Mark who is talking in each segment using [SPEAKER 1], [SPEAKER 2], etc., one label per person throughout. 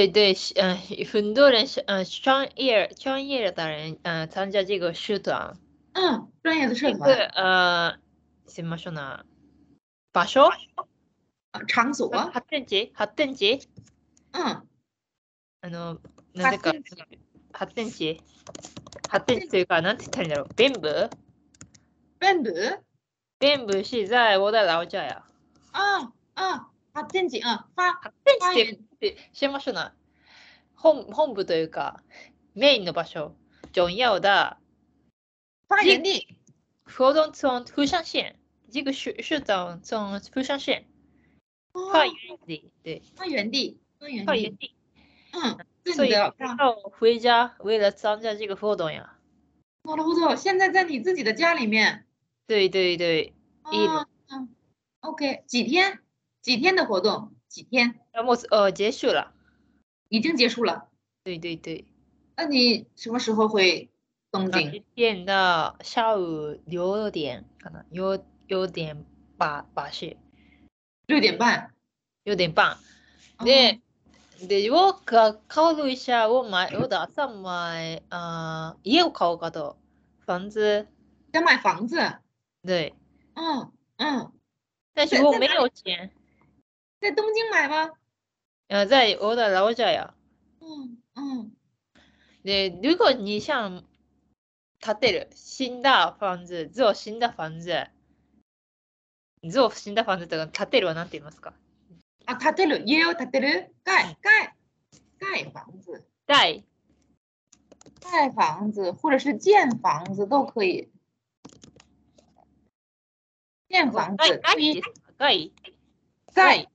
[SPEAKER 1] 对对，是嗯、很多人是嗯、专业专业的人嗯、参加这个社团，
[SPEAKER 2] 嗯，专业的社
[SPEAKER 1] 这
[SPEAKER 2] 团、
[SPEAKER 1] 个呃怎么说呢？場所
[SPEAKER 2] 呃场所，
[SPEAKER 1] 発展地発展地
[SPEAKER 2] 嗯，
[SPEAKER 1] あの、なんていうか発
[SPEAKER 2] 発展、
[SPEAKER 1] 展地発展地というか、なんて言ったらいいんだろう。弁部
[SPEAKER 2] 本部，
[SPEAKER 1] 弁部是在我的老家呀。
[SPEAKER 2] 嗯嗯，发展地，嗯，发
[SPEAKER 1] 発展
[SPEAKER 2] 发
[SPEAKER 1] 地って
[SPEAKER 2] 言，
[SPEAKER 1] って知りましょうな。本本部というか、メインの場所。重要的
[SPEAKER 2] 发言地，
[SPEAKER 1] 活动从富山县，这个市市长从富山县
[SPEAKER 2] 哦
[SPEAKER 1] 发源地，对，
[SPEAKER 2] 发源地，发源
[SPEAKER 1] 发源
[SPEAKER 2] 地，
[SPEAKER 1] 地。
[SPEAKER 2] 嗯，
[SPEAKER 1] 所以
[SPEAKER 2] 对你的，啊
[SPEAKER 1] 要回家为了参加这个活动呀。
[SPEAKER 2] なるほど。现在在你自己的家里面，
[SPEAKER 1] 对对对，一
[SPEAKER 2] 啊，嗯，OK，几天？几天的活动？几天？
[SPEAKER 1] 然后呃结束了。
[SPEAKER 2] 已经结束了。
[SPEAKER 1] 对对对。
[SPEAKER 2] 那你什么时候回东
[SPEAKER 1] 那
[SPEAKER 2] 京？
[SPEAKER 1] 一天到下午六点，可能有有点八八是
[SPEAKER 2] 六点半。
[SPEAKER 1] 有点半。
[SPEAKER 2] 哦
[SPEAKER 1] で、で、我考考虑一下，我买我打算买呃也有考虑到房子，
[SPEAKER 2] 想买房子。
[SPEAKER 1] 对，
[SPEAKER 2] 嗯嗯，
[SPEAKER 1] 但是
[SPEAKER 2] 在
[SPEAKER 1] 我
[SPEAKER 2] 在
[SPEAKER 1] 没
[SPEAKER 2] 哪
[SPEAKER 1] 有钱，
[SPEAKER 2] 在东京买吗？
[SPEAKER 1] 呃，在我的老家呀。
[SPEAKER 2] 嗯嗯
[SPEAKER 1] で、如果你想建てる新的房子，做新的房子，做新的房子とか建てるは何て言いますか？
[SPEAKER 2] 啊，建てる家を建てる盖盖盖房子
[SPEAKER 1] 盖
[SPEAKER 2] 盖房子或者是建房子都可以。建房
[SPEAKER 1] 盖
[SPEAKER 2] 子
[SPEAKER 1] 盖
[SPEAKER 2] 对
[SPEAKER 1] ですか盖
[SPEAKER 2] 盖，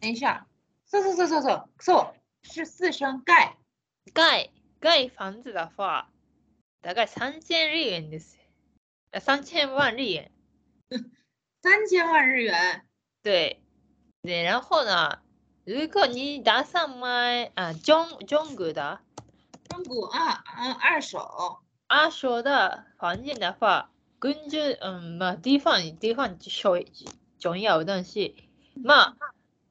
[SPEAKER 2] 等一下，そうそうそうそうそうそう是四声盖。
[SPEAKER 1] 盖盖房子的话，大概三千日元です。呃，三千万日元。
[SPEAKER 2] 三千万日元，
[SPEAKER 1] 对，对，然后呢，如果你打算买啊中中国的
[SPEAKER 2] 中古啊，嗯，二手，
[SPEAKER 1] 二手的房间的话，根据嗯嘛地方地方重重要，但是まあ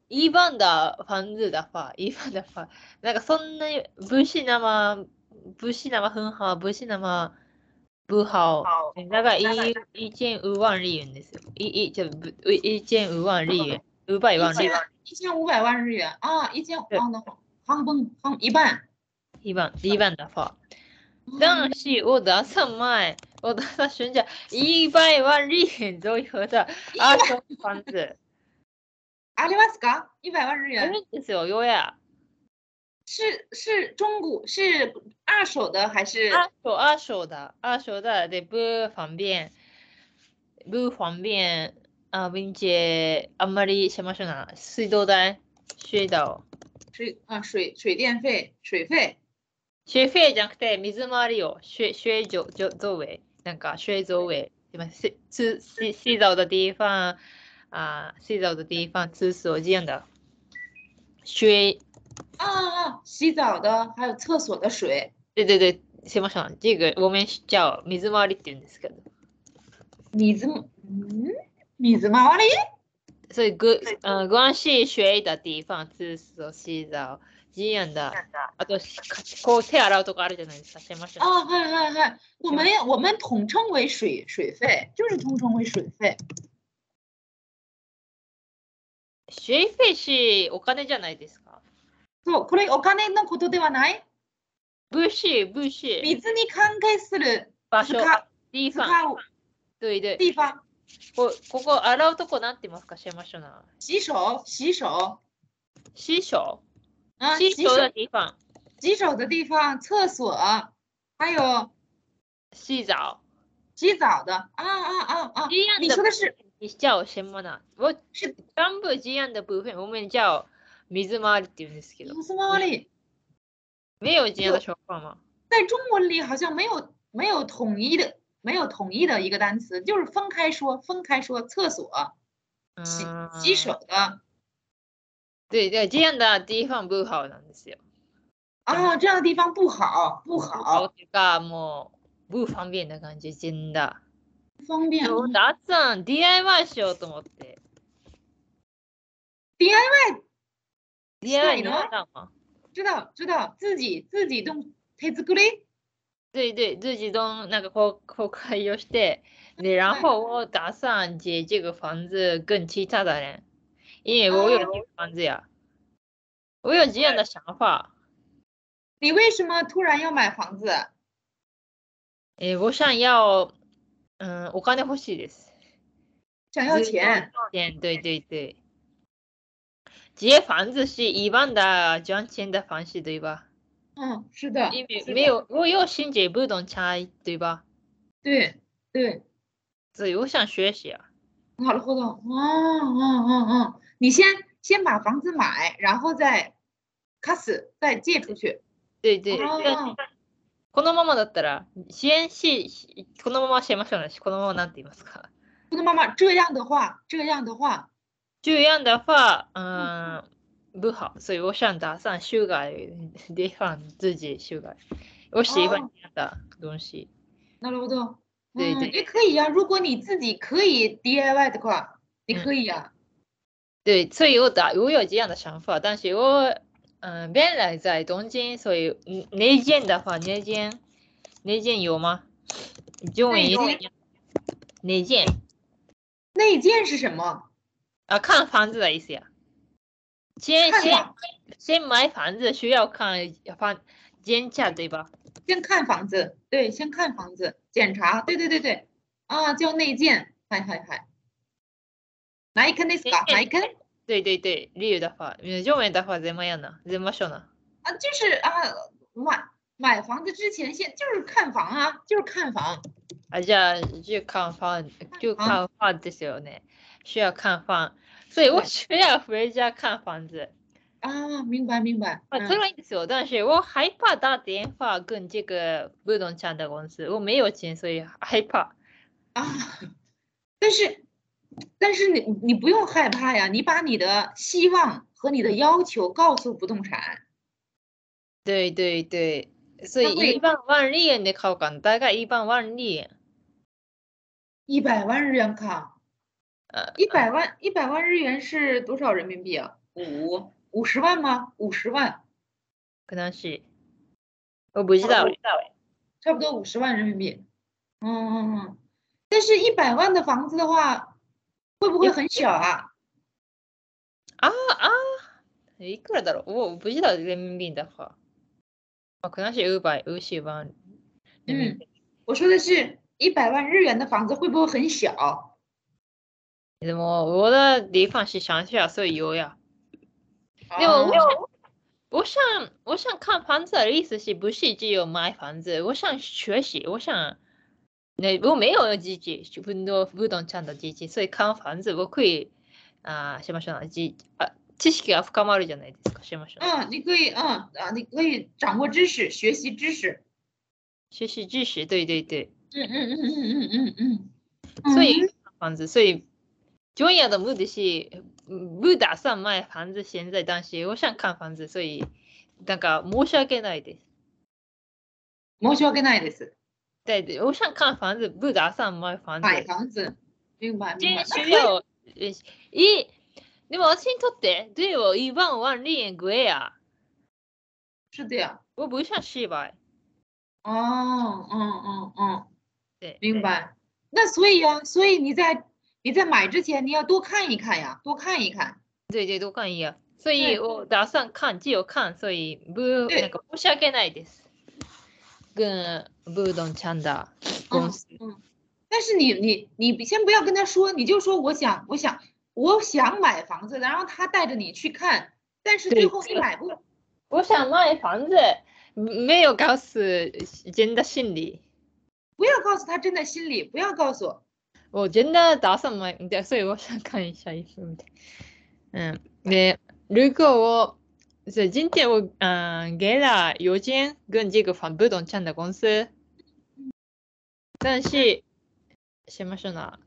[SPEAKER 1] 一般的房子的话， 一般的话，なんかそんなに不是那么不是那么很好，不是那么不好。
[SPEAKER 2] 好，
[SPEAKER 1] 大概一
[SPEAKER 2] 大概
[SPEAKER 1] 一千五万日元ですよ。一一じゃ不一千五万日元，五百万日
[SPEAKER 2] 一千
[SPEAKER 1] 元。
[SPEAKER 2] 一千五百万日元啊，一千
[SPEAKER 1] 对
[SPEAKER 2] 啊，那航崩航一半，嗯
[SPEAKER 1] 一万一万的话，但是我打算卖，我打算选择一百万日元左右的二手房子。
[SPEAKER 2] 阿里瓦斯卡一百万日
[SPEAKER 1] あ
[SPEAKER 2] 元
[SPEAKER 1] るんですよ、ようや。
[SPEAKER 2] 是是中古是二手的还是
[SPEAKER 1] 二手二手的，二手的で不方便，不方便啊，并且あんまり什么什么水道代、水道、
[SPEAKER 2] 水啊水水电费水费
[SPEAKER 1] 水费じゃなくて水回りを水水上上周围なんか水周围什么洗洗洗洗澡的地方啊，洗澡的地方、厕所这样的水。
[SPEAKER 2] 啊啊洗澡的还有厕所的水
[SPEAKER 1] 对对对，什么什么，这个我们叫水回りって言うんですけど。
[SPEAKER 2] 米子嗯米子马瓦里
[SPEAKER 1] 所以ご、呃，光是水的地方、厕所、洗澡、这样的，あと、かこう手洗うとこあるじゃないですか、すいません。
[SPEAKER 2] 啊嗨嗨嗨，我们我们统称为水水费，就是统称为水费。
[SPEAKER 1] 水費しお金じゃないですか。
[SPEAKER 2] そう、これお金のことではない
[SPEAKER 1] 物資、物資、
[SPEAKER 2] 水に関係する
[SPEAKER 1] 場
[SPEAKER 2] 使
[SPEAKER 1] 所
[SPEAKER 2] う、
[SPEAKER 1] 地
[SPEAKER 2] 使う
[SPEAKER 1] 方、对对。
[SPEAKER 2] 地方。
[SPEAKER 1] こここ洗うとこなんて言いますか、すいませんな。
[SPEAKER 2] 洗手、洗手，
[SPEAKER 1] 洗手、
[SPEAKER 2] 啊，
[SPEAKER 1] 洗
[SPEAKER 2] 洗
[SPEAKER 1] 手的
[SPEAKER 2] 手、
[SPEAKER 1] 地方、
[SPEAKER 2] 洗手的地方，厕所，还有
[SPEAKER 1] 洗澡。
[SPEAKER 2] 洗澡的。啊啊啊啊！
[SPEAKER 1] 这样
[SPEAKER 2] 你说
[SPEAKER 1] 的
[SPEAKER 2] 的是
[SPEAKER 1] 你叫什么呢？我
[SPEAKER 2] 是
[SPEAKER 1] 全部这样的部分我们叫水回りって言うんですけど、
[SPEAKER 2] 什么里？
[SPEAKER 1] 没有这样的
[SPEAKER 2] 有
[SPEAKER 1] 情况吗？
[SPEAKER 2] 在中文里好像没有没有统一的，没有统一的一个单词，就是分开说，分开说，厕所、洗洗手
[SPEAKER 1] 嗯
[SPEAKER 2] 的
[SPEAKER 1] 对对，这样的地方不好なんですよ。
[SPEAKER 2] 啊，这样的地方不好，不好，
[SPEAKER 1] てかもう不方便な感じ、真的。
[SPEAKER 2] 不方便。
[SPEAKER 1] 我打算 DIY しようと思って。
[SPEAKER 2] DIY
[SPEAKER 1] DIY
[SPEAKER 2] した
[SPEAKER 1] に
[SPEAKER 2] いの
[SPEAKER 1] なったもん。
[SPEAKER 2] 知道知道，自己自己动手作り。
[SPEAKER 1] 对对，自己都那个公公开をして、で、然
[SPEAKER 2] はい
[SPEAKER 1] 后我打算借这个房子跟其他的人，因为我有这个房子呀，我有这样的想法。
[SPEAKER 2] 你为什么突然要买房子？
[SPEAKER 1] 诶，我想要，嗯，お金欲しいです。
[SPEAKER 2] 想要
[SPEAKER 1] 自己
[SPEAKER 2] 钱？
[SPEAKER 1] 钱，对对对。借房子是一般的赚钱的方式，对吧？
[SPEAKER 2] 嗯，是的，
[SPEAKER 1] 因为
[SPEAKER 2] 是
[SPEAKER 1] 没
[SPEAKER 2] 的
[SPEAKER 1] 有，我有心借不动钱，对吧？
[SPEAKER 2] 对对，
[SPEAKER 1] 所以我想学习啊。
[SPEAKER 2] 好了，胡总，哦哦哦哦，你先先把房子买，然后再 cas 再借出去。
[SPEAKER 1] 对对。
[SPEAKER 2] 哦，
[SPEAKER 1] このままだったら、支援し、しこのまましましょうね。このままなんて言いますか。
[SPEAKER 2] 胡总妈妈，这样的话，这样的话，
[SPEAKER 1] 这样的话，嗯，不好，所以我想打算修改地方，自己修改。我喜欢
[SPEAKER 2] 哦
[SPEAKER 1] 这样的东西。
[SPEAKER 2] 那了胡总，
[SPEAKER 1] 对
[SPEAKER 2] 嗯
[SPEAKER 1] 对
[SPEAKER 2] 也可以呀、如果你自己可以 DIY 的话，你可以啊
[SPEAKER 1] 嗯
[SPEAKER 2] 呀、
[SPEAKER 1] 对，所以我打我有这样的想法，但是我，嗯，本来在东京，所以嗯那间的话，那间，那间有吗？中文
[SPEAKER 2] 内
[SPEAKER 1] 也
[SPEAKER 2] 容
[SPEAKER 1] 是那间
[SPEAKER 2] 内建是什么？
[SPEAKER 1] 啊，看房子的意思呀。先
[SPEAKER 2] 看
[SPEAKER 1] 先
[SPEAKER 2] 房，
[SPEAKER 1] 先买房子需要看房间价对吧？
[SPEAKER 2] 先看房子，对，先看房子，检查，对对对对，啊，叫内建，嗨嗨嗨，哪一坑的是吧？哪一坑？
[SPEAKER 1] 对对对，理由的话，嗯中文的话怎么样呢？怎么说呢？
[SPEAKER 2] 啊，就是啊，买买房子之前先就是看房啊，就是看房，
[SPEAKER 1] 啊，じゃあ就看房，就
[SPEAKER 2] 看
[SPEAKER 1] 看房ですよね。需要看房，所以我
[SPEAKER 2] 对
[SPEAKER 1] 需要回家看房子。
[SPEAKER 2] 啊，明白明白，
[SPEAKER 1] 啊，
[SPEAKER 2] 嗯
[SPEAKER 1] 虽然ですよ，但是我害怕打电话跟这个不动产的公司，我没有钱，所以害怕。
[SPEAKER 2] 啊，但是但是你你不用害怕呀，你把你的希望和你的要求告诉不动产，
[SPEAKER 1] 对对对，所
[SPEAKER 2] 那
[SPEAKER 1] 以
[SPEAKER 2] 会
[SPEAKER 1] 一万万日元で買おうかな，大概一万万日元。
[SPEAKER 2] 一百万日元卡，
[SPEAKER 1] 呃
[SPEAKER 2] 一百万一百万日元是多少人民币啊？五五十万吗？五十万，
[SPEAKER 1] 可能是，我不知
[SPEAKER 2] 好
[SPEAKER 1] 道
[SPEAKER 2] 我。差不多五十万人民币，嗯嗯嗯，但是一百万的房子的话，会不会很小啊？
[SPEAKER 1] 啊啊，いくらだろう我不知道人民币的话，啊，可能是五百五十万人民币。
[SPEAKER 2] 嗯我说的是一百万日元的房子会不会很小？
[SPEAKER 1] でも我的地方是乡下，所以有呀。で
[SPEAKER 2] 啊
[SPEAKER 1] も我想我想我想看房子的意思是不是只有买房子？我想学习，我想。那我没有自己不多不懂ちゃんと自己，所以看房子我可以啊，什么什么自啊，知識が深まるじゃないですか，什么什么。
[SPEAKER 2] 嗯，你可以，嗯啊，你可以掌握知识，学习知识。
[SPEAKER 1] 学习知识，对对对，
[SPEAKER 2] 嗯嗯嗯嗯嗯嗯嗯。
[SPEAKER 1] 所以
[SPEAKER 2] 嗯
[SPEAKER 1] 房子，所以重要的目的是嗯不打算卖房子，现在但是我想看房子，所以なんか申し訳ないです。
[SPEAKER 2] 申し訳ないです。
[SPEAKER 1] 对对，我想看房子，不打算卖房子。
[SPEAKER 2] 买房子，明白明白。那
[SPEAKER 1] 需
[SPEAKER 2] 可以
[SPEAKER 1] 要えいでも私にとって对我一万万利円贵啊，
[SPEAKER 2] 是的呀。
[SPEAKER 1] 我不想失败。
[SPEAKER 2] 哦，嗯嗯嗯，
[SPEAKER 1] 对，
[SPEAKER 2] 明白。那所以呀、所以你在你在买之前，你要多看一看呀，多看一看。
[SPEAKER 1] 对对，都可以啊。所以
[SPEAKER 2] 对
[SPEAKER 1] 我打算看，只有看，所以不
[SPEAKER 2] 对
[SPEAKER 1] なんか申し訳ないです。跟不懂ちゃんだ公
[SPEAKER 2] 嗯
[SPEAKER 1] 司。
[SPEAKER 2] 嗯，但是你你你先不要跟他说，你就说我想我想我想买房子，然后他带着你去看，但是
[SPEAKER 1] 对
[SPEAKER 2] 最后
[SPEAKER 1] 这
[SPEAKER 2] 你
[SPEAKER 1] 个
[SPEAKER 2] 买不，
[SPEAKER 1] 我想卖房子，没有告诉真的心理，
[SPEAKER 2] 不要告诉他真的心里，不要告诉我。
[SPEAKER 1] 我真的打算买，对所以我想看一下衣服。嗯，对，如果我是今天我嗯给了邮件跟这个房不懂这样的公司，但是什么事呢？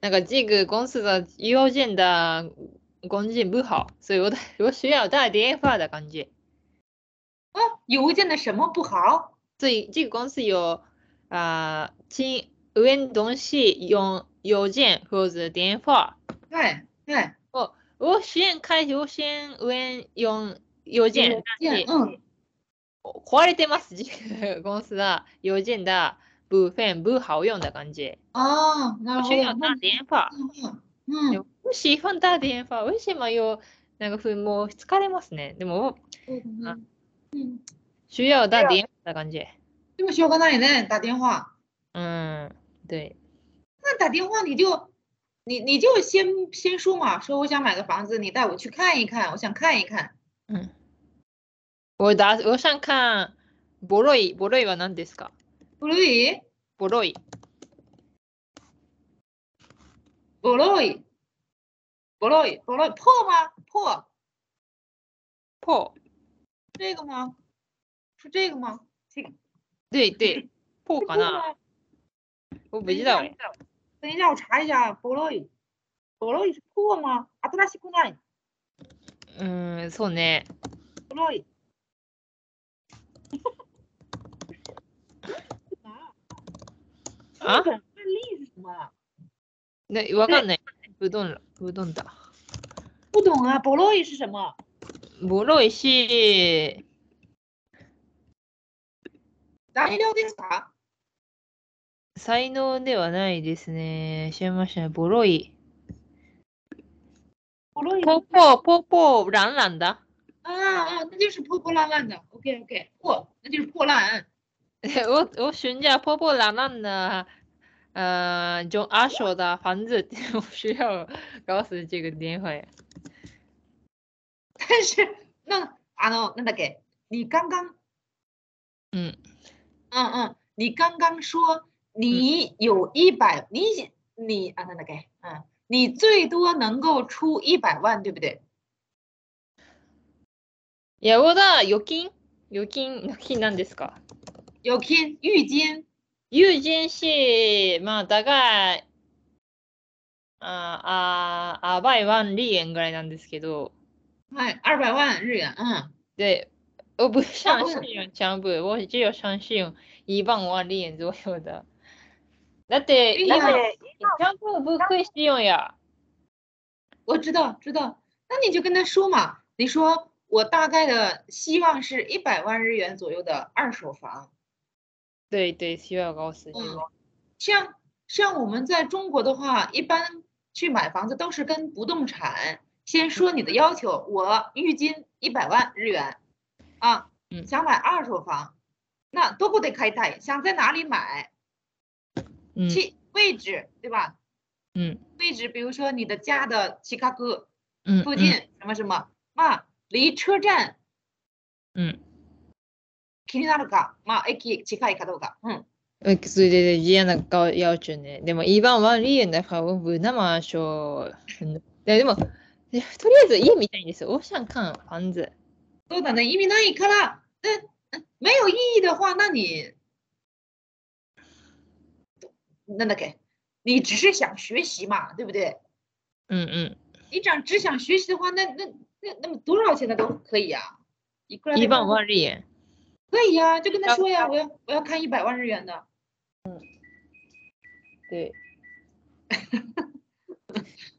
[SPEAKER 1] 那个这个公司的邮件的工具不好，所以我的 我需要打电话的感觉。
[SPEAKER 2] 啊，邮件的什么不好？
[SPEAKER 1] 所以这个公司有啊，请问东西用邮件或者电话。
[SPEAKER 2] 对对，
[SPEAKER 1] 我实验开始，我先问用邮件，但
[SPEAKER 2] 见
[SPEAKER 1] 是
[SPEAKER 2] 嗯，
[SPEAKER 1] 壊れてます。公司的邮件的部分不好用的感觉，
[SPEAKER 2] 哦，那
[SPEAKER 1] 我
[SPEAKER 2] 我
[SPEAKER 1] 需要打
[SPEAKER 2] 那
[SPEAKER 1] 电话。
[SPEAKER 2] 嗯，
[SPEAKER 1] 我喜欢打电话，为什么有那个分もう疲れますね。でも
[SPEAKER 2] 对的
[SPEAKER 1] 啊
[SPEAKER 2] 嗯嗯，
[SPEAKER 1] 需要打电话的感觉。
[SPEAKER 2] 这么学刚才也在打电话，
[SPEAKER 1] 嗯，对，
[SPEAKER 2] 那打电话你就你你就先先说嘛，说我想买个房子，你带我去看一看，我想看一看。
[SPEAKER 1] 嗯，我打我想看ボロいボロいは何ですか？
[SPEAKER 2] 布鲁伊，
[SPEAKER 1] ボロい
[SPEAKER 2] 布鲁伊，布鲁伊，布鲁伊破吗？破
[SPEAKER 1] ポ
[SPEAKER 2] 这个吗？是这个吗？这个
[SPEAKER 1] 对对ポ
[SPEAKER 2] 是
[SPEAKER 1] か
[SPEAKER 2] 破
[SPEAKER 1] な？
[SPEAKER 2] 吗？
[SPEAKER 1] 我不
[SPEAKER 2] 等一
[SPEAKER 1] 知
[SPEAKER 2] 下
[SPEAKER 1] 道哎。
[SPEAKER 2] 等一下，我查一下，布鲁伊，布鲁伊是破吗？阿特拉西库奈，
[SPEAKER 1] うんそうね。
[SPEAKER 2] 布鲁伊。
[SPEAKER 1] 啊
[SPEAKER 2] 日本案例是什么啊？
[SPEAKER 1] ねわかんない。うどんうどんだ。
[SPEAKER 2] 不懂啊，布洛伊是什么？
[SPEAKER 1] ボロいし、
[SPEAKER 2] 咱们聊的啥？
[SPEAKER 1] 才能ではないですね。知りましたね。ボロい。
[SPEAKER 2] 布洛伊
[SPEAKER 1] ポポポポランランだ。
[SPEAKER 2] 啊啊，那就是破破烂烂的。OK OK，破，那就是破烂 案。
[SPEAKER 1] 我我寻找破破烂烂的，呃，就阿说的房子，我需要告诉这个电话呀。
[SPEAKER 2] 但是那啊 no，那大概你刚刚，
[SPEAKER 1] 嗯
[SPEAKER 2] 嗯嗯，你刚刚说
[SPEAKER 1] 嗯
[SPEAKER 2] 你有一百，你你啊那大概，嗯，你最多能够出一百万，对不对？
[SPEAKER 1] いや、我的預金、預金、預金なんですか
[SPEAKER 2] 有金浴金
[SPEAKER 1] 友人是、まあ、大概、あ、あ、あばいワンリエンぐらいなんですけど、
[SPEAKER 2] 哎，二百万日元，嗯，
[SPEAKER 1] で、我不相信よ、全部。我只有相信一万万リエン左右的。だって、
[SPEAKER 2] い
[SPEAKER 1] だ
[SPEAKER 2] や
[SPEAKER 1] って、全部不亏しようや。
[SPEAKER 2] 我知道知道，那你就跟他说嘛，你说我大概的希望是一百万日元左右的二手房，
[SPEAKER 1] 对对，需要告诉你。
[SPEAKER 2] 嗯像像我们在中国的话，一般去买房子都是跟不动产先说你的要求，我预金一百万日元，啊
[SPEAKER 1] 嗯，
[SPEAKER 2] 想买二手房，那どこで買いたい？想在哪里买？
[SPEAKER 1] 嗯
[SPEAKER 2] 去位置对吧？
[SPEAKER 1] 嗯
[SPEAKER 2] 位置，比如说你的家的芝加哥
[SPEAKER 1] 嗯，
[SPEAKER 2] 附
[SPEAKER 1] 嗯
[SPEAKER 2] 近什么什么啊，离车站
[SPEAKER 1] 嗯，
[SPEAKER 2] 気になるか、まあ駅近いかどうか。哎嗯，
[SPEAKER 1] 呃，对对对，嫌な顔要求ね。でも、一番悪いのは、我不那么说。ででも、いやとりあえず家みたいんですよ。オーシャンカン、ファンズ。
[SPEAKER 2] そうだね。意味ないから、嗯嗯，没有意义的话，那你那那给，你只是想学习嘛，对不对？
[SPEAKER 1] うんう
[SPEAKER 2] 你想只想学习的话，那那那那么多少钱的都可以啊呀、一个
[SPEAKER 1] ん。一番悪い円。
[SPEAKER 2] 可以啊呀、就跟他
[SPEAKER 1] 要
[SPEAKER 2] 说呀，我要我要看一百万日元的。
[SPEAKER 1] で、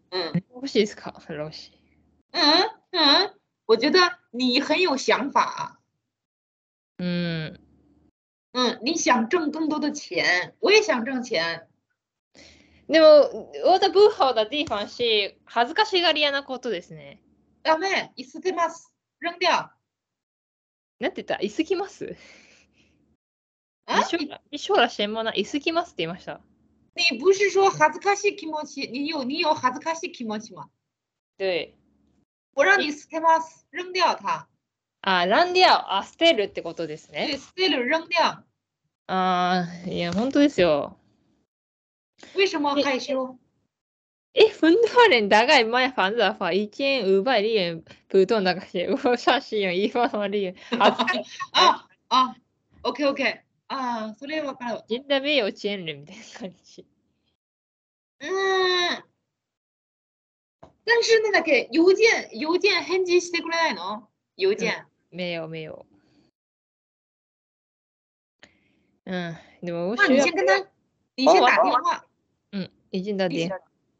[SPEAKER 2] 嗯
[SPEAKER 1] 欲しいですか欲しい。
[SPEAKER 2] 嗯嗯，我觉得你很有想法。啊
[SPEAKER 1] うん。
[SPEAKER 2] 嗯，你想挣更多的钱，我也想挣钱。
[SPEAKER 1] でも、我的不好的地方是、恥ずかしがり屋なことですね。
[SPEAKER 2] ダメ、一捨てます。扔掉。
[SPEAKER 1] なんて言ったいすきます
[SPEAKER 2] 啊，
[SPEAKER 1] 一緒
[SPEAKER 2] 你
[SPEAKER 1] ら一緒らしんもな、いすきますって言いました。
[SPEAKER 2] 你不是说恥ずかしい気持ち，你有你有恥ずかしい気持ち吗？
[SPEAKER 1] 对。
[SPEAKER 2] 我让你捨てます，扔掉它。
[SPEAKER 1] あ、ランディアをあ捨てるってことですね。
[SPEAKER 2] 对，捨てる扔掉。
[SPEAKER 1] ああ、いや、本当ですよ。
[SPEAKER 2] 为什么
[SPEAKER 1] 对
[SPEAKER 2] 害羞？
[SPEAKER 1] え、フンドーレン、大概前ファンザーファー、一円、ウーバーリエン、プートンだかし、ウォーシャンシーン、イーバーマリエン、あ、
[SPEAKER 2] 啊啊，OK OK 啊，それわかる。
[SPEAKER 1] ジンダメヨチエンレみたいな感じ。
[SPEAKER 2] 嗯，但是那个给邮件郵件返事してくれないの？
[SPEAKER 1] 嗯
[SPEAKER 2] 郵件。
[SPEAKER 1] メヨメヨ。うん、でも、我
[SPEAKER 2] 那
[SPEAKER 1] 需
[SPEAKER 2] 你
[SPEAKER 1] 要
[SPEAKER 2] 先，跟他，你
[SPEAKER 1] 哦
[SPEAKER 2] 先
[SPEAKER 1] 我
[SPEAKER 2] 打
[SPEAKER 1] 懂
[SPEAKER 2] 电
[SPEAKER 1] 了
[SPEAKER 2] 话，
[SPEAKER 1] 嗯，已经到点。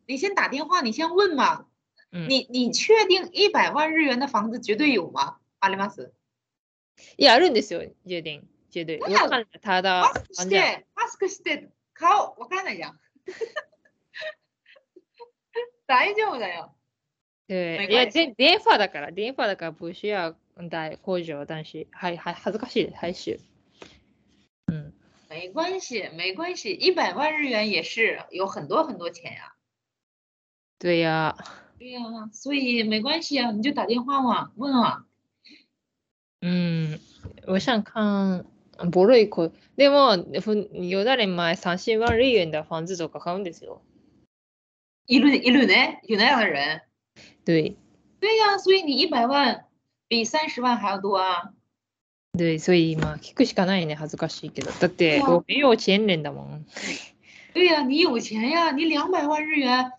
[SPEAKER 2] 你先打电话，你先问嘛。
[SPEAKER 1] 嗯
[SPEAKER 2] 你你确定一百万日元的房子绝对有吗？あります。
[SPEAKER 1] いや、あるんですよ、ジェディン。ジェディン。
[SPEAKER 2] そ
[SPEAKER 1] わ
[SPEAKER 2] うなの
[SPEAKER 1] かんない。ただ
[SPEAKER 2] マスク、
[SPEAKER 1] あ
[SPEAKER 2] し
[SPEAKER 1] じゃ
[SPEAKER 2] て、マスクして、顔わからないじゃん。大丈夫だよ。
[SPEAKER 1] え
[SPEAKER 2] 没
[SPEAKER 1] ーいや、
[SPEAKER 2] 关系
[SPEAKER 1] で電話だから、電話だから不需要戴口罩、但是还还恥ずかしいです、还是。
[SPEAKER 2] 没关系，没关系，一百万日元也是有很多很多钱呀、
[SPEAKER 1] 对呀、
[SPEAKER 2] 对呀、所以没关系啊，你就打电话嘛，问啊。
[SPEAKER 1] うん、我想看ボロい子。でも、ふんよだれ前30万日元的房子とか買うんですよ。
[SPEAKER 2] 一路一路呢，有那样的人。
[SPEAKER 1] 对、
[SPEAKER 2] 对呀、所以你一百万比三十万还要多啊。
[SPEAKER 1] 对、所以今聞くしかないね、恥ずかしいけど。だって、
[SPEAKER 2] そう
[SPEAKER 1] 我没有钱人だもん。
[SPEAKER 2] 对呀、你有钱呀，你两百万日元，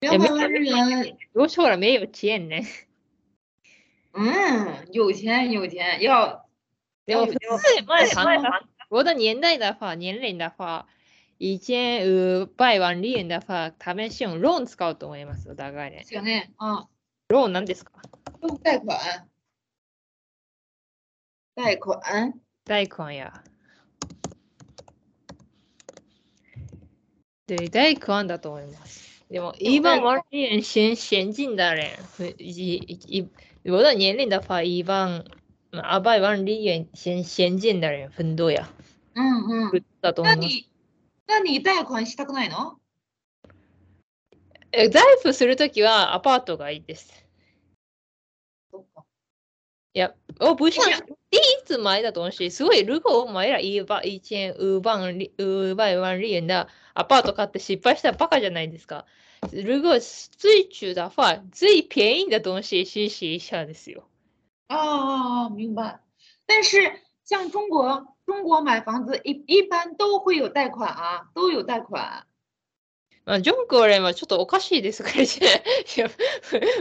[SPEAKER 1] 也
[SPEAKER 2] 两
[SPEAKER 1] 没
[SPEAKER 2] 百
[SPEAKER 1] 有
[SPEAKER 2] 万日元，
[SPEAKER 1] 我说了没有钱人。
[SPEAKER 2] 嗯，有钱有钱，要
[SPEAKER 1] でも、普
[SPEAKER 2] でも
[SPEAKER 1] 通前
[SPEAKER 2] でも
[SPEAKER 1] 30万。我的年代的话、年齢的话、1500万日元的话、多分信用ローン使うと思います。お互いね。
[SPEAKER 2] 行嘞啊，
[SPEAKER 1] ローンなんですか
[SPEAKER 2] 用贷款，贷款，
[SPEAKER 1] 大根や。对、大根だと思います。でも、一番悪い人、先先进的人、一一我的年龄的话，一般二百万利元先先进的人很多呀。
[SPEAKER 2] 嗯嗯，
[SPEAKER 1] だと思
[SPEAKER 2] 那
[SPEAKER 1] います。
[SPEAKER 2] 你那你贷款したくないの？
[SPEAKER 1] え、ダイブするときはアパートがいいです。いや、我不像
[SPEAKER 2] いや
[SPEAKER 1] 第一次买的东西，所以如果我买了一万一千五万里五百万日元的アパート買って失敗したらバカじゃないですか。如果最久的话，最便宜的东西试试一下ですよ。
[SPEAKER 2] 哦哦哦，明白。但是像中国，中国买房子一一般都会有贷款啊，都有贷款。
[SPEAKER 1] まあ、ジョンコレンはちょっとおかしいですから、 いや、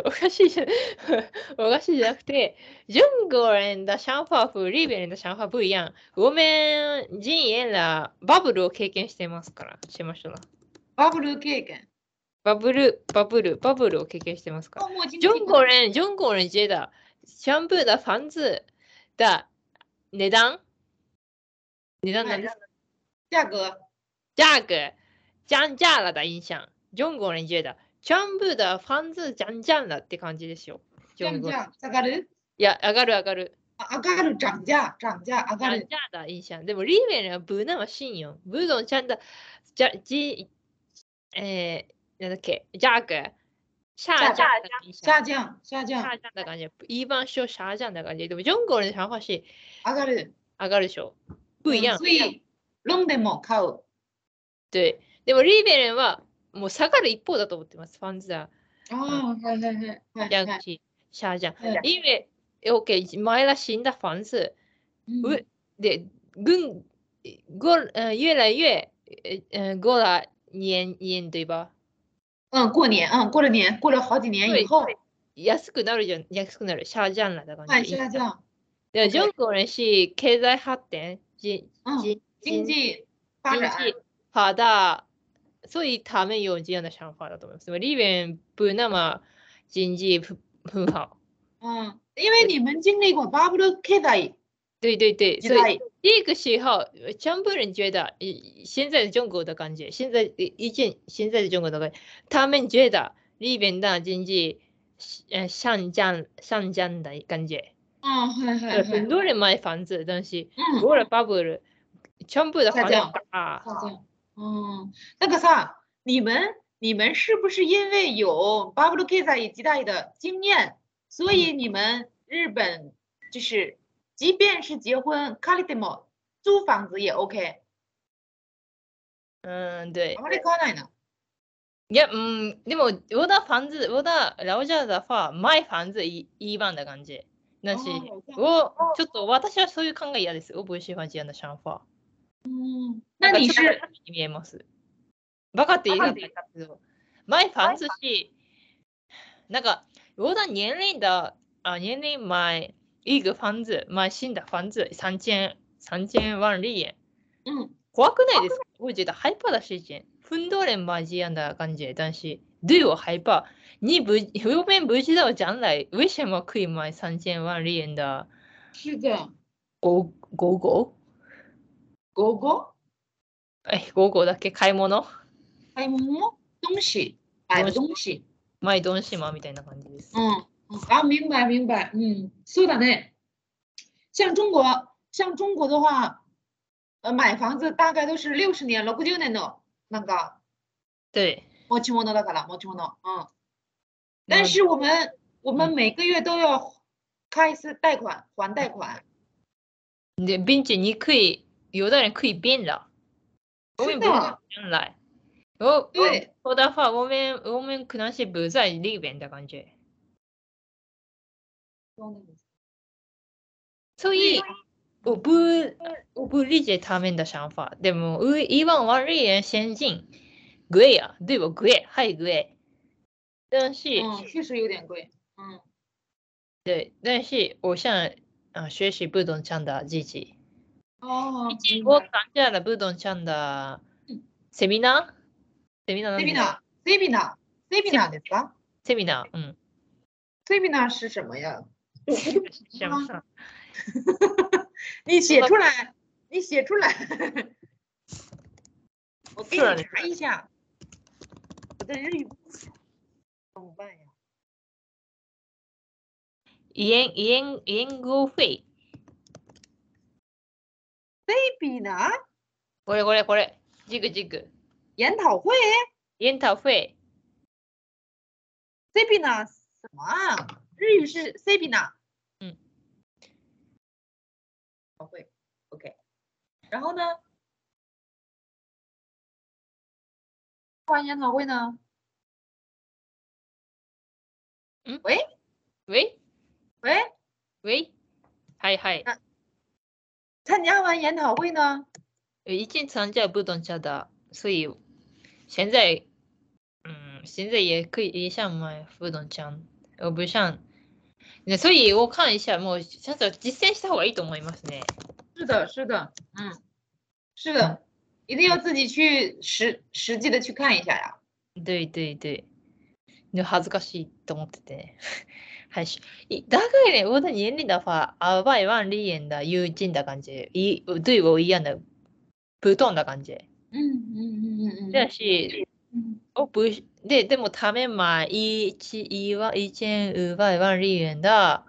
[SPEAKER 1] おかしいじゃ、 おかしいじゃなくて、ジョンコレンだシャンファーフ、リーベルンだシャンファーフイヤン、ウォメン、ジンエンらバブルを経験してますから、してましたな。
[SPEAKER 2] バブル経験。
[SPEAKER 1] バブル、バブル、バブルを経験してますから。
[SPEAKER 2] 泡沫经济
[SPEAKER 1] ジョンコレン、ジョンコレンジェダ、シャンプーだ、ファンズだ、値段値段なんです。
[SPEAKER 2] 价格
[SPEAKER 1] ジャーク、ジャンジャーラだ、印象。ジョンコレンジェダ、シャンプーだ、ファンズ、ジャンジャンラって感じですよ。ジョン
[SPEAKER 2] 降
[SPEAKER 1] コレン。
[SPEAKER 2] 价下がる？
[SPEAKER 1] いや、上がる上がる。
[SPEAKER 2] あ上がる涨价涨价上
[SPEAKER 1] ジ
[SPEAKER 2] が
[SPEAKER 1] ャンジャ。ー
[SPEAKER 2] る
[SPEAKER 1] だ、印象。でも、リーベルはブーナは信用。ブードンちゃんだ、ジャ、ジ、えー、なんだっけ、ジャーク、シャージャーだ、印象。
[SPEAKER 2] 下降下降
[SPEAKER 1] 下降的感觉，一般是有下降的感觉，对不？中国人的想法是
[SPEAKER 2] 上がる。
[SPEAKER 1] 上がるでしょ，不一
[SPEAKER 2] 嗯
[SPEAKER 1] 样。
[SPEAKER 2] 所以ロンでも買う。
[SPEAKER 1] 对，でもリーベルンはもう下がる一方だと思ってます。ファンズだ、嗯
[SPEAKER 2] 哦，はいはいはいは
[SPEAKER 1] ジャ
[SPEAKER 2] いは
[SPEAKER 1] ン
[SPEAKER 2] い。
[SPEAKER 1] キー、下降
[SPEAKER 2] はい。
[SPEAKER 1] 因为 OK 买了新的房子，
[SPEAKER 2] うん
[SPEAKER 1] で更过呃越来越呃呃过了年年对吧？
[SPEAKER 2] 嗯，过年，嗯，过了年，过了好几年以
[SPEAKER 1] 对
[SPEAKER 2] 后，
[SPEAKER 1] 对安くなるじゃん安くなる下降了的感
[SPEAKER 2] 哎，
[SPEAKER 1] 觉。
[SPEAKER 2] 下降，
[SPEAKER 1] で中国人是経済発展人
[SPEAKER 2] 嗯，
[SPEAKER 1] 人
[SPEAKER 2] 经济发
[SPEAKER 1] 经
[SPEAKER 2] 展，
[SPEAKER 1] 济发达，所以他们有这样的想法的东西。里面不那么经济不很好，
[SPEAKER 2] 嗯，因为你们经历过 bubble K 代，
[SPEAKER 1] 对对对，
[SPEAKER 2] 一
[SPEAKER 1] 所以
[SPEAKER 2] 代，
[SPEAKER 1] 这个时候呃全部人觉得呃现在的中国的感觉，现在呃以前现在的中国的感觉，他们觉得里面的经济呃上涨上涨的感觉，
[SPEAKER 2] 嗯，很很
[SPEAKER 1] 很
[SPEAKER 2] 很，
[SPEAKER 1] 多人买房子，但是
[SPEAKER 2] 嗯，
[SPEAKER 1] 过了 bubble，全部的
[SPEAKER 2] 下
[SPEAKER 1] 房
[SPEAKER 2] 降
[SPEAKER 1] 子啊，
[SPEAKER 2] 下降，嗯，那个啥，你们你们是不是因为有 bubble K 代一代的经验，所以你们日本就是即便是结婚 k a l i d e m o 租房子也 OK，
[SPEAKER 1] 嗯，对
[SPEAKER 2] あ。まり買わないな。
[SPEAKER 1] いや、うん、でも、我的房子，我的老家的话，卖房子一一般的感觉。但是，
[SPEAKER 2] 哦这样
[SPEAKER 1] 我ちょっと私はそういう考え嫌です。我不喜欢这样的想法。
[SPEAKER 2] 嗯，那你
[SPEAKER 1] なんか
[SPEAKER 2] 是
[SPEAKER 1] そんなに見えます。バカって言い方だけど、卖房子是なんか我的年龄的啊年龄买一个房子，买新的房子三千三千万日元。
[SPEAKER 2] 嗯。
[SPEAKER 1] 怖くないですか我觉得害怕的事情。很多人买这样的感觉，但是对我害怕。你不，我们不知道将来为什么可以买三千万日元的
[SPEAKER 2] 是的，
[SPEAKER 1] 狗狗狗，
[SPEAKER 2] 狗狗
[SPEAKER 1] 哎，狗狗だっけ買い物
[SPEAKER 2] 还摸东西，买东西。
[SPEAKER 1] 买东西吗みたいな感じです。
[SPEAKER 2] 嗯嗯啊，明白明白，嗯，そうだね。像中国，像中国的话，呃，买房子大概都是六十年、六十年のなんか
[SPEAKER 1] 对，
[SPEAKER 2] 持ち物だから持ち物。嗯，
[SPEAKER 1] 嗯
[SPEAKER 2] 但是我们我们每个月都要开一次贷款，还贷款。
[SPEAKER 1] で并且你可以有的人可以变老，我
[SPEAKER 2] 是
[SPEAKER 1] 们不知道
[SPEAKER 2] 的，
[SPEAKER 1] 将来。我
[SPEAKER 2] 对
[SPEAKER 1] 我我的话，我们我们可能是不在里边的感觉，所以我不我不理解他们的想法。でもう一万万日元现金贵啊，对吧？贵，还贵。但是、
[SPEAKER 2] 嗯，确实有点贵。嗯，
[SPEAKER 1] 对，但是我想啊，学习不懂这样的自己。
[SPEAKER 2] 哦，明
[SPEAKER 1] 我
[SPEAKER 2] 白。
[SPEAKER 1] 参加了不懂这样的
[SPEAKER 2] 嗯
[SPEAKER 1] seminar。seminar なん
[SPEAKER 2] セ
[SPEAKER 1] だ
[SPEAKER 2] ミナー、セミナー、セミナーですか？
[SPEAKER 1] seminar，嗯，
[SPEAKER 2] セミナー是什么呀？
[SPEAKER 1] 想不上
[SPEAKER 2] 你写
[SPEAKER 1] 呃
[SPEAKER 2] 出来，你写出来， 我给
[SPEAKER 1] 是啊
[SPEAKER 2] 你
[SPEAKER 1] 你
[SPEAKER 2] 查一下。我的日语不好怎么办呀？
[SPEAKER 1] 言言言語费，
[SPEAKER 2] セミナー
[SPEAKER 1] これこれこれ，这个这个
[SPEAKER 2] 研讨会，
[SPEAKER 1] 研讨费，
[SPEAKER 2] セミナー什么啊？日语是セミナー。
[SPEAKER 1] 嗯。
[SPEAKER 2] 讨会，OK。然后呢？办研讨会呢？
[SPEAKER 1] 喂
[SPEAKER 2] 喂，
[SPEAKER 1] 喂，はいはい
[SPEAKER 2] あ、参加完研讨会呢？
[SPEAKER 1] 已经参加不懂这样的，所以现在，嗯，现在也可以也想买不懂这样，我不想。ね所以我看一下，もうちゃんと実践した方がいいと思いますね。
[SPEAKER 2] 是的，是的，嗯，是的，一定要自己去实实际的去看一下呀。
[SPEAKER 1] 对对对。で恥ずかしいと思ってて ね。はいし。い大概ね、我的年龄的话、あばい万里眼的友人的感觉，一对我一样的不同的感觉。
[SPEAKER 2] 嗯嗯嗯嗯
[SPEAKER 1] 但是
[SPEAKER 2] 嗯，
[SPEAKER 1] 我不ででもためま一一万一千五百万日元的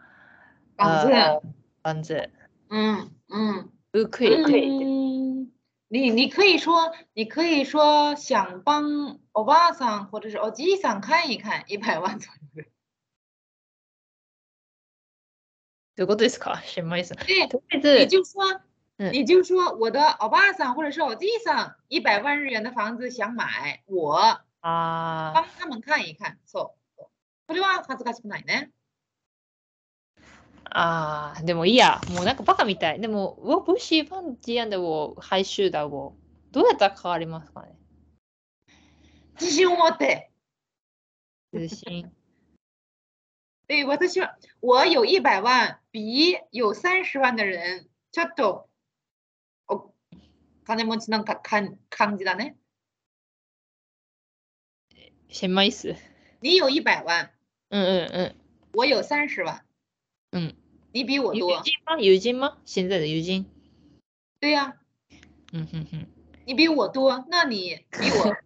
[SPEAKER 2] 房子，
[SPEAKER 1] 呃房子
[SPEAKER 2] 嗯嗯，
[SPEAKER 1] 不可以。
[SPEAKER 2] 嗯，你你可以说，你可以说想帮欧巴桑或者是欧吉桑看一看一百万左右的。
[SPEAKER 1] どういうことですか？知らないです。とりあえ
[SPEAKER 2] 对，你
[SPEAKER 1] ず
[SPEAKER 2] 就说，
[SPEAKER 1] 嗯
[SPEAKER 2] 你就说我的欧巴桑或者是欧吉桑一百万日元的房子想买，我
[SPEAKER 1] あ
[SPEAKER 2] 帮他们看一看。そう。それは恥ずかしくないね。
[SPEAKER 1] ーあーでもいいやもうなんかバカみたい。でも我不喜欢这样的我害羞だ我どうやったら変わりますかね？
[SPEAKER 2] 自信を持って。
[SPEAKER 1] 自信。
[SPEAKER 2] 对，私は、我有一百万，比有三十万的人、哦ちょっと、お金持ちなんかかん感じだね。
[SPEAKER 1] 知らないです。
[SPEAKER 2] 你有一百万，
[SPEAKER 1] うんうんうん。
[SPEAKER 2] 我有三十万，
[SPEAKER 1] 嗯，
[SPEAKER 2] 你比我
[SPEAKER 1] 友
[SPEAKER 2] 多。
[SPEAKER 1] 人吗？友人吗？现在的友人。
[SPEAKER 2] 对呀、
[SPEAKER 1] 嗯哼哼。
[SPEAKER 2] 你比我多，那你比 我，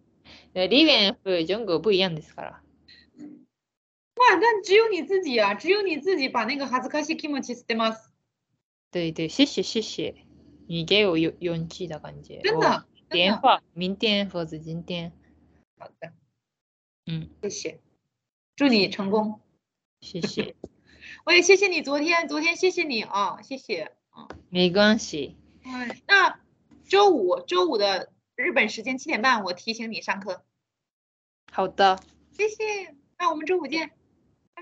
[SPEAKER 1] でリベンフ、ジョング不一样ですから。
[SPEAKER 2] 哇，那只有你自己啊，只有你自己把那个恥ずかしい気持ち捨てます。
[SPEAKER 1] 对对，谢谢谢谢，你给我勇勇气的感觉。
[SPEAKER 2] 真
[SPEAKER 1] 我
[SPEAKER 2] 的，真
[SPEAKER 1] 电
[SPEAKER 2] 的，
[SPEAKER 1] 话，明天或者今天。
[SPEAKER 2] 好的，
[SPEAKER 1] 嗯，
[SPEAKER 2] 谢谢，祝你成功。
[SPEAKER 1] 谢谢，
[SPEAKER 2] 我也谢谢你昨天，昨天谢谢你啊，谢谢。嗯。
[SPEAKER 1] 没关系。
[SPEAKER 2] 哎，那周五周五的日本时间七点半，我提醒你上课。
[SPEAKER 1] 好的，
[SPEAKER 2] 谢谢，那我们周五见，拜